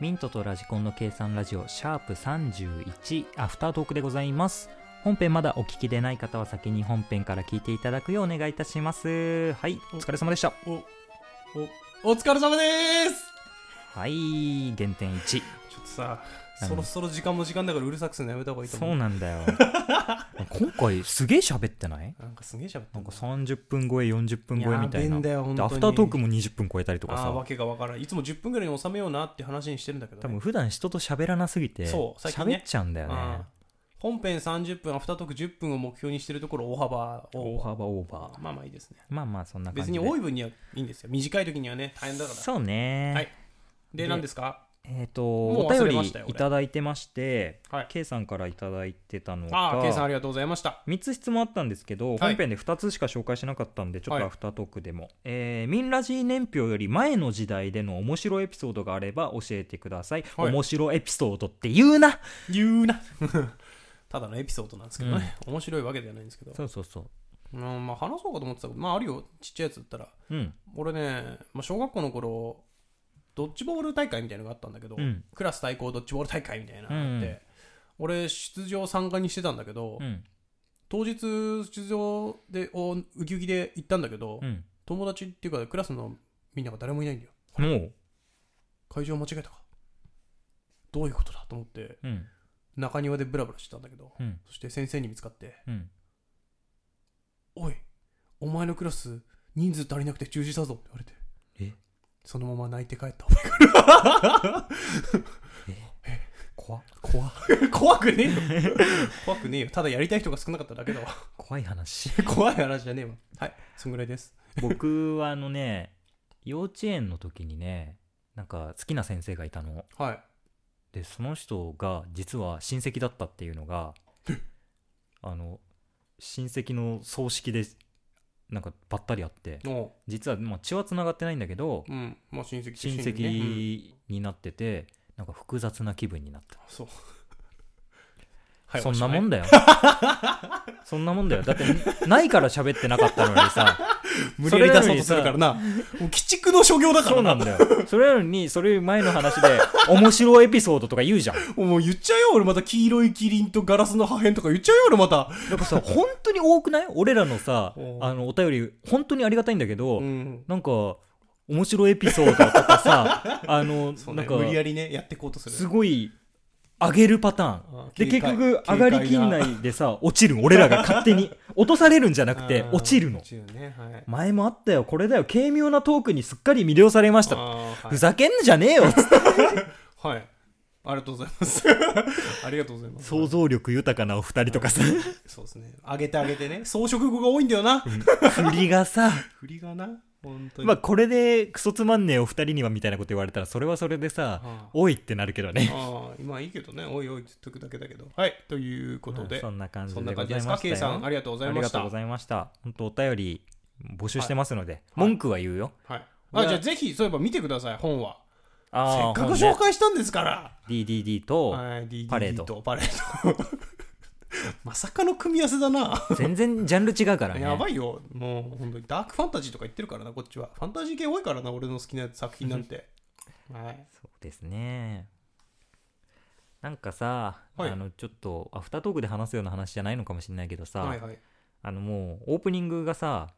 ミントとラジコンの計算ラジオシャープ31アフタートークでございます本編まだお聞きでない方は先に本編から聞いていただくようお願いいたしますはいお疲れ様でしたお、お、お疲れ様でーすはい原点1ちょっとさ、うんそろそろ時間も時間だからうるさくするのやめた方がいいと思う。そうなんだ よ今回すげえ喋ってないなんかすげえ喋ってなんか30分超え40分超えみたやべいえなんだよ、本で当アに。フタートークも20分超えたりととかかさ。あーさわけがわからん。いつも10分ぐらいに収めようなって話にしてるんだけど、ね。多分普段人と喋らなすぎてそう最近ね喋っちゃうんだよねうん本編30分、アフタートーク10分を目標にしてるところ、大幅を。大幅オーバーまあまあいいですね。まあまあそんな感別じにで多い分にはいいんですよ。短い時にはね、大変だから。そうね、はいで、で何ですかえっ、ともうお忘便れまりしたよいただいてまして、はい K さんからいただいてたのああ、ケイさんあがりがとうございました。 3つ質問あったんですけど、い本編で2つしか紹介しなかったんでちょっはいとアフタートークでも、えーミンラジ年表より前の時代での面白いエピソードがあれば教えてください、はい面白エピソードって言うな言うな。ただのエピソードなんですけどね。面白いわけではないんですけど。そうそうそうん、まあ話そうかと思ってたけど、まああるよ。ちっちゃいやつだったら。ううん俺ね、まあ、小学校の頃ドッジボール大会みたいなのがあったんだけど、うんクラス対抗ドッジボール大会みたいなのがあって、うん俺出場参加にしてたんだけど、うん当日出場でおウキウキで行ったんだけど、うん友達っていうかクラスのみんなが誰もいないんだよもう会場間違えたかどういうことだと思ってうん中庭でブラブラしてたんだけどうんそして先生に見つかってうん「おいお前のクラス人数足りなくて中止だぞ」って言われてえそのまま泣いて帰った怖怖 怖くねえよ 怖くねえよただやりたい人が少なかっただけだわ 怖い話怖い話じゃねえわはいそんぐらいです僕はあのね幼稚園の時にねなんか好きな先生がいたのはいでその人が実は親戚だったっていうのがあの親戚の葬式でなんかばったりあっておう実は、まあ、血はつながってないんだけどうんまあ親戚親と親ねうん戚になってて、なんか複雑な気分になった、そう はそんなもんだだよそんなもんだよだってないから喋ってなかったのにさ無理やりそ出れなそのうにとさするからなもう鬼畜の所業だかそらうななんだよそれなのにそれより前の話 で面白いエピソードとか言うじゃんもう言っちゃうよ俺また黄色いキリンとガラスの破片とか言っちゃうよ俺またやっぱさ本当に多くない俺らのさおうあのお便り本当にありがたいんだけど、うんなんか面白いエピソードとか さあの、そうなねんか無理やりねやっていこうとするすごい上げるパターあンで警結戒局上がりきんないでさ落ちる俺らが勝手に落とされるんじゃなくてあー落ちるの落ちるねはい前もあったよこれだよ軽妙なトークにすっかり魅了されました、あーはいふざけんじゃねえよはい。ありがとうございます。 ありがとうございま す。想像力豊かなお二人とかさそうですね。あげてあげてね。装飾語が多いんだよな。振りがさ振りがな。本当に。まあこれでクソつまんねえお二人にはみたいなこと言われたらそれはそれでさあ多いってなるけどねああ、まあいいけどね。おいおいって言っとくだけだけど。はい。ということで。そんな感じそでんござな感いじですまか。した K よさん、ありがとうございました。ありがとうございました。本当お便り募集してますので、はい文句は言うよ。はい。いあ、やじゃあぜひ、そういえば見てください、本は。せあっあかく紹介したんですから。 DDD と、はい。DDD パレードとパレード。 まさかの組み合わせだな。全然ジャンル違うからね。やばい。いよ。もう、本当にダークファンタジーとか言ってるからな、こっちは。ファンタジー系多いからな、俺の好きな作品なんて。はい。そうですね。なんかさ、はいあのちょっとアフタートークで話すような話じゃないのかもしれないけどさ、はいはい。あのもうオープニングがさ、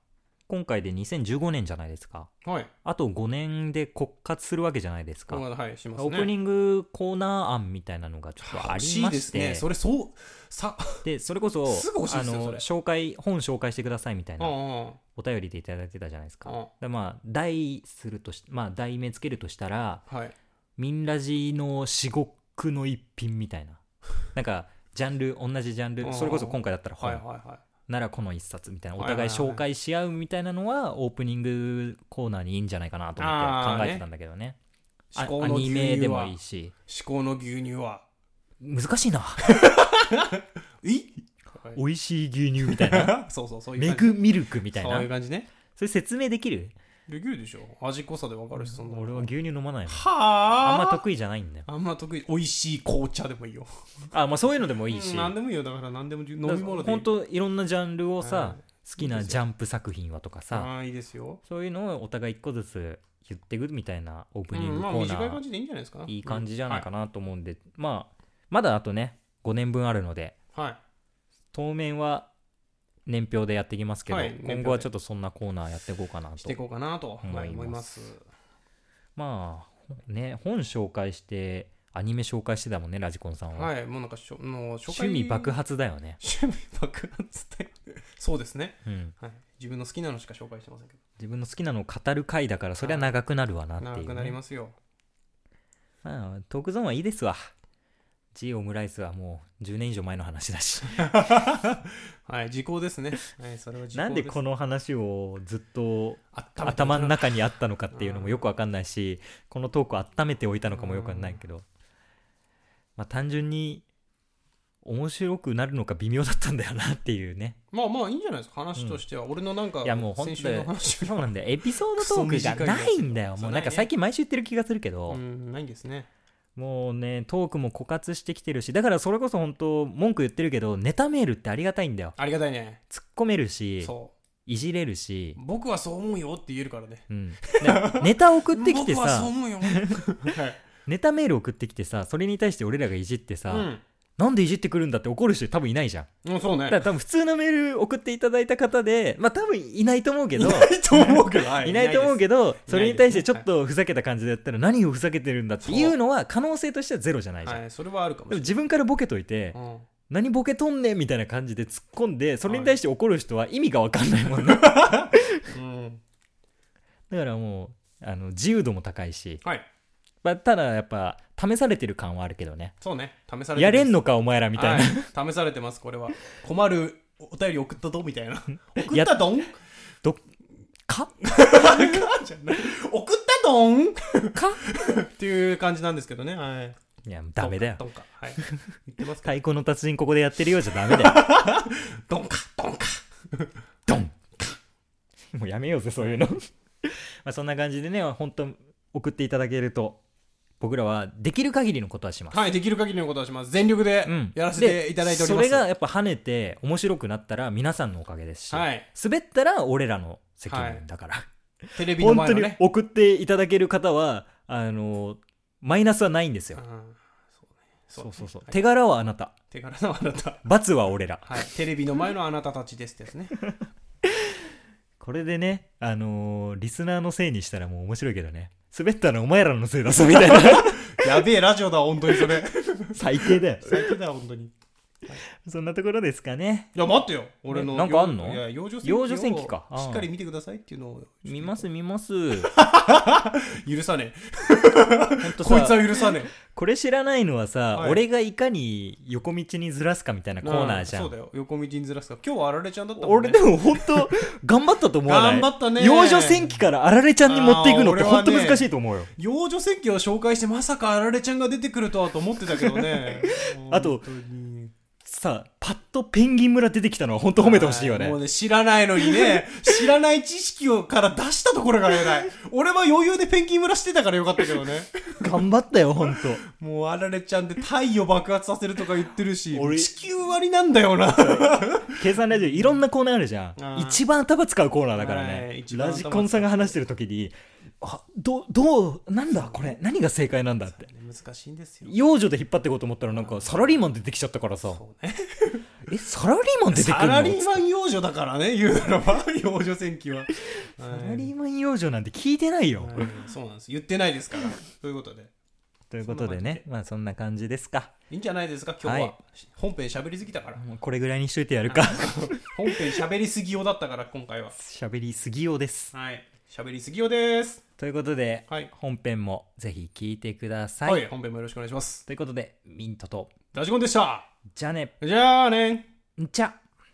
今回で2015年じゃないですか。はい。あと5年で骨活するわけじゃないですか。この方はい、しますね。オープニングコーナー案みたいなのがちょっとあ欲りしいまでしすて、ね。それ、そう、さ、でそれこそすぐ欲しいあですよのそ紹介本紹介してくださいみたいうんなうん。お便りでいただいてたじゃないですか,、うんでまあ題するとしまあ題名つけるとしたらはい。 「ミンラジの至極の一品」みたいななんかジャンル同じジャンうんルそれこそ今回だったらはいはい本はならこの一冊みたいなおはいはいは互いい紹介し合うみたいなのはオープニングコーナーにいいんじゃないかなと思って考えてたんだけどねい。あ思考アの牛ニメ乳では、もい思いし考の牛乳は、難しいない美味しい牛乳みたいなそうそう、そうい うメ感じ。グミルクみたいそうないう感じね。それ説明できるできるでしょ。味濃さでわかるし、そんなの。俺は牛乳飲まないもんはあんあ。ま得意じゃないんだよあんま得意。美味しい紅茶でもいいよ。あまあそういうのでもいいしうん何でもいいよ。だから何でも飲み物でいい。本当いろんなジャンルをさは好きなジャンプ作品はとかさああ、いいですよ。そういうのをお互い一個ずつ言ってくみたいなオープうニンんグコまあーナ短いー感じでいいんじゃないですかいい感じじゃないかなと思うんで、まあまだあとね5年分あるのでうんはい当面は年表でやっていきますけど、はい年表で今後はちょっとそんなコーナーやっていこうかなしていとこうかなとはい思いますまあね本紹介してアニメ紹介してたもんねラジコンさんは、はいもうなんかしょもう初趣回味爆発だよね、趣味爆発ってそうですね、うん、はい、自分の好きなのしか紹介してませんけ自分の好きなのを語る回だからそれは長くなるわなどっていうね、長くなりますよまあ、トークゾーンはいいですわ G オムライスはもう10年以上前の話だ しはい時効ですね、はい、それは時効なんでこの話をずっと頭頭の中にあったのかっていうのもよくわかんないしこのトークを温めておいたのかもよくわかんないけど、まあ、単純に面白くなるのか微妙だったんだよなっていうねまあまあいいんじゃないですか話としては、俺のなんかいやもう本当先週の 話そうなんだよエピソードトークがないんだよクソ短いですよもうなんか最近毎週言ってる気がするけど、うんないんですねもうねトークも枯渇してきてるしだからそれこそ本当文句言ってるけどネタメールってありがたいんだよありがたいね突っ込めるしそいじれるうし、僕はそう思うよって言えるからねうん、でネタ送ってきて僕はそうさ思う よ、はいネタメール送ってきてさそれに対して俺らがいじってさ、うんなんでいじってくるんだって怒る人多分いないじゃんうん、そうねだから多分普通のメール送っていただいた方でまあ多分いないと思う けどいと思うけど、はいないと思うけどすそれに対してちょっとふざけた感じでやったら何をふざけてるんだっていうのは可能性としてはゼロじゃないじゃん、はい、それはあるかもしでれもない自分からボケといて、うん何ボケとんねんみたいな感じで突っ込んでそれに対して怒る人は意味が分かんないもんね だうんからもうあの自由度も高いし、はいまあ、ただやっぱ試されてる感はあるけどねそうね試されてやれんののかお前らみたいな、試されてますこれは困るお便り送ったどみたいな 送やっ たどんかかじゃない送ったどんっかていう感じなんですけどねはいいやダメだよどんかどんかはい 言ってますけ太鼓の達人ここでやってるようじゃダメだよどどんかどんかドンもうやめようぜそういうの まあそんな感じでね本当送っていただけると僕らはできる限りのことはします、はいできる限りのことはします全力でうんやらせていただいておりますでそれがやっぱ跳ねて面白くなったら皆さんのおかげですし、はい滑ったら俺らの責任だから、テレビの本前当のにね送っていただける方はあのマイナスはないんですよ、うんそそうねうそうそう、はい手柄はあなた手柄のあなた罰は俺らはいテレビの前のあなたたちですですねこれでねあのーリスナーのせいにしたらもう面白いけどね滑ったらお前らのせいだぞみたいなやべえラジオだ本当にそれ 最低だよ最低だ本当にいそんなところですかねや待ってよ俺のねなんかあんのいや幼女戦記幼女戦記かをしっかり見てくださいっていうのを見ますちょ見ます っと許さねえほん とこいつさは許さねえこれ知らないのはさ、はい俺がいかに横道にずらすかみたいな コーナーじゃうんそうだよ横道にずらすか今日はあられちゃんだったもん俺ねでも本当頑張ったと思わない頑張ったね幼女戦記からあられちゃんに持っていくのってあー俺は本ね当難しいと思うよ、幼女戦記を紹介してまさかあられちゃんが出てくるとはと思ってたけどね あと本当にさあパッとペンギン村出てきたのは本当褒めてほしい よねもうね、知らないの にね、知らない知識をから出したところが偉い。俺は余裕でペンギン村してたからよかったけどね。頑張ったよ本当もうあられちゃんで太陽爆発させるとか言ってるし、俺地球割りなん だよな。計算ラジオいろんなコーナーあるじゃんうん一番頭使うコーナーだからね、はい一番ラ頭ジ使うコンさんが話してる時にあどどうなんだこれ何が正解なんだって難しいんですよ。幼女で引っ張っていこうと思ったらなんかサラリーマン出てきちゃったからさそうね。えサラリーマン出てくサるのラリーマン幼女だからね、言うならば、幼女戦記は。はいサラリーマン幼女なんて聞いてないよ、はいそうなんです。言ってないですから。ということで。ということでねまあそんな感じですかいいんじゃないですか、今日はいは。本編喋りすぎたから。もうこれぐらいにしといてやるか本編喋りすぎよだったから、今回は。喋りすぎようですはい。喋りすぎよです。ということで、はい本編もぜひ聞いてください、はい、本編もよろしくお願いします。ということでミントとラジコンでした。じゃあねじゃあねんちゃ